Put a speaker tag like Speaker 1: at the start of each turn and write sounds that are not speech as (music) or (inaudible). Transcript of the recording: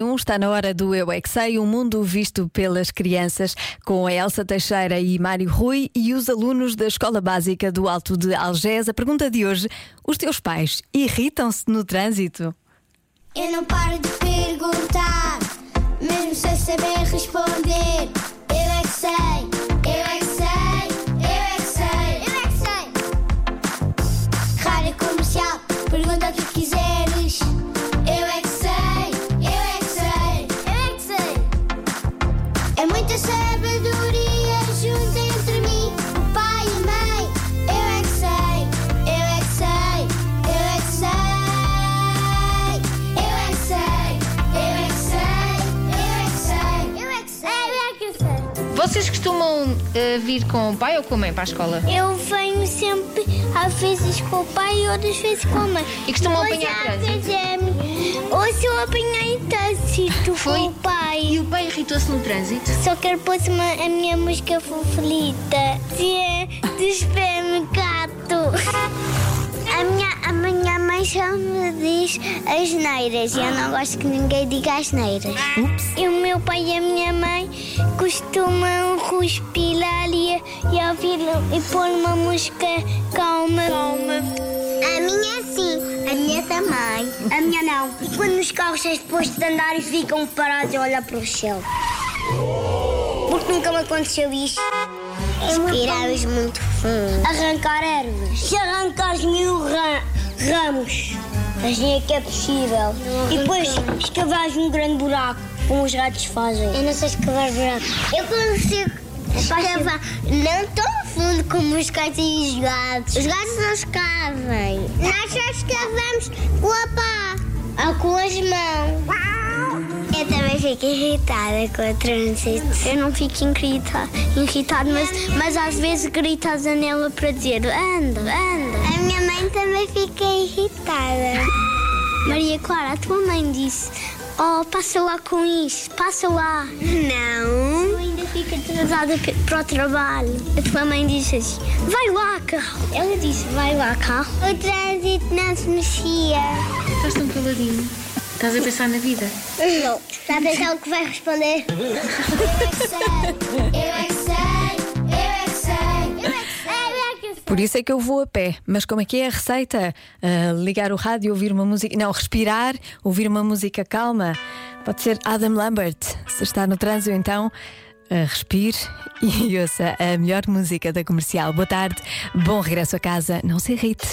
Speaker 1: Um está na hora do Eu é que Sei, um mundo visto pelas crianças, com a Elsa Teixeira e Mário Rui e os alunos da Escola Básica do Alto de Algés. A pergunta de hoje: os teus pais irritam-se no trânsito?
Speaker 2: Eu não paro de perguntar, mesmo sem saber responder. Eu é que sei, eu é que sei, eu é que sei, eu é que sei. Rádio comercial, pergunta o que quiseres. Eu é que sei, eu é que sei, eu é que sei. É muita sabedoria junto entre mim, o pai e a mãe. Eu é que sei, eu é que sei, eu é que sei. Eu é que sei, eu é que sei, eu é que sei, eu é que sei, eu é que sei.
Speaker 3: Vocês costumam eh, vir com o pai ou com a mãe para a escola?
Speaker 2: Eu venho sempre, às vezes com o pai e outras vezes com a mãe.
Speaker 3: E costumam
Speaker 2: Hoje
Speaker 3: apanhar
Speaker 2: às
Speaker 3: trânsito?
Speaker 2: vezes é a minha- Hoje eu apanhei trânsito
Speaker 3: Foi?
Speaker 2: com o pai.
Speaker 3: E o pai irritou-se no trânsito?
Speaker 2: Só quero pôr uma, a minha música favorita, que é do supermercado. A minha, a minha mãe só me diz as neiras e eu não gosto que ninguém diga as neiras. E o meu pai e a minha mãe costumam respirar e, e ouvir e pôr uma música calma. A minha é sim, a minha também. A minha não. E quando os carros depois de andarem ficam parados a olhar para o céu. Porque nunca me aconteceu isto. Respiravas É muito fundo. Arrancar ervas. Se arrancares mil ra- ramos, assim é que é possível. E depois escavares um grande buraco, como os ratos fazem. Eu não sei escavar É buracos. Eu consigo escavar não tão fundo como os gatos e os gatos. Os gatos não escavem. Nós só escavamos com a pá. Ou com as mãos. Eu também fico irritada com o trânsito. Eu não fico irritada, irritada mas, mas às vezes grito à janela para dizer anda, anda. A minha mãe também fica irritada. Maria Clara, a tua mãe disse oh, passa lá com isso, passa lá. Não. Eu ainda fico atrasada pe- para o trabalho. A tua mãe disse assim, vai lá carro. Ela disse, vai lá carro. O trânsito não se mexia.
Speaker 3: Estás tão caladinho. Estás a pensar na vida.
Speaker 2: Não. Já pensar então o que vai responder? Eu é que sei, eu é que sei, eu é que sei, eu é que sei, eu é que sei.
Speaker 1: Por isso é que eu vou a pé. Mas como é que é a receita? Ah, ligar o rádio, ouvir uma música. Não, respirar, ouvir uma música calma. Pode ser Adam Lambert. Se está no trânsito, então. ah, respire (laughs) e ouça a melhor música da comercial. Boa tarde, bom regresso a casa, não se irrite.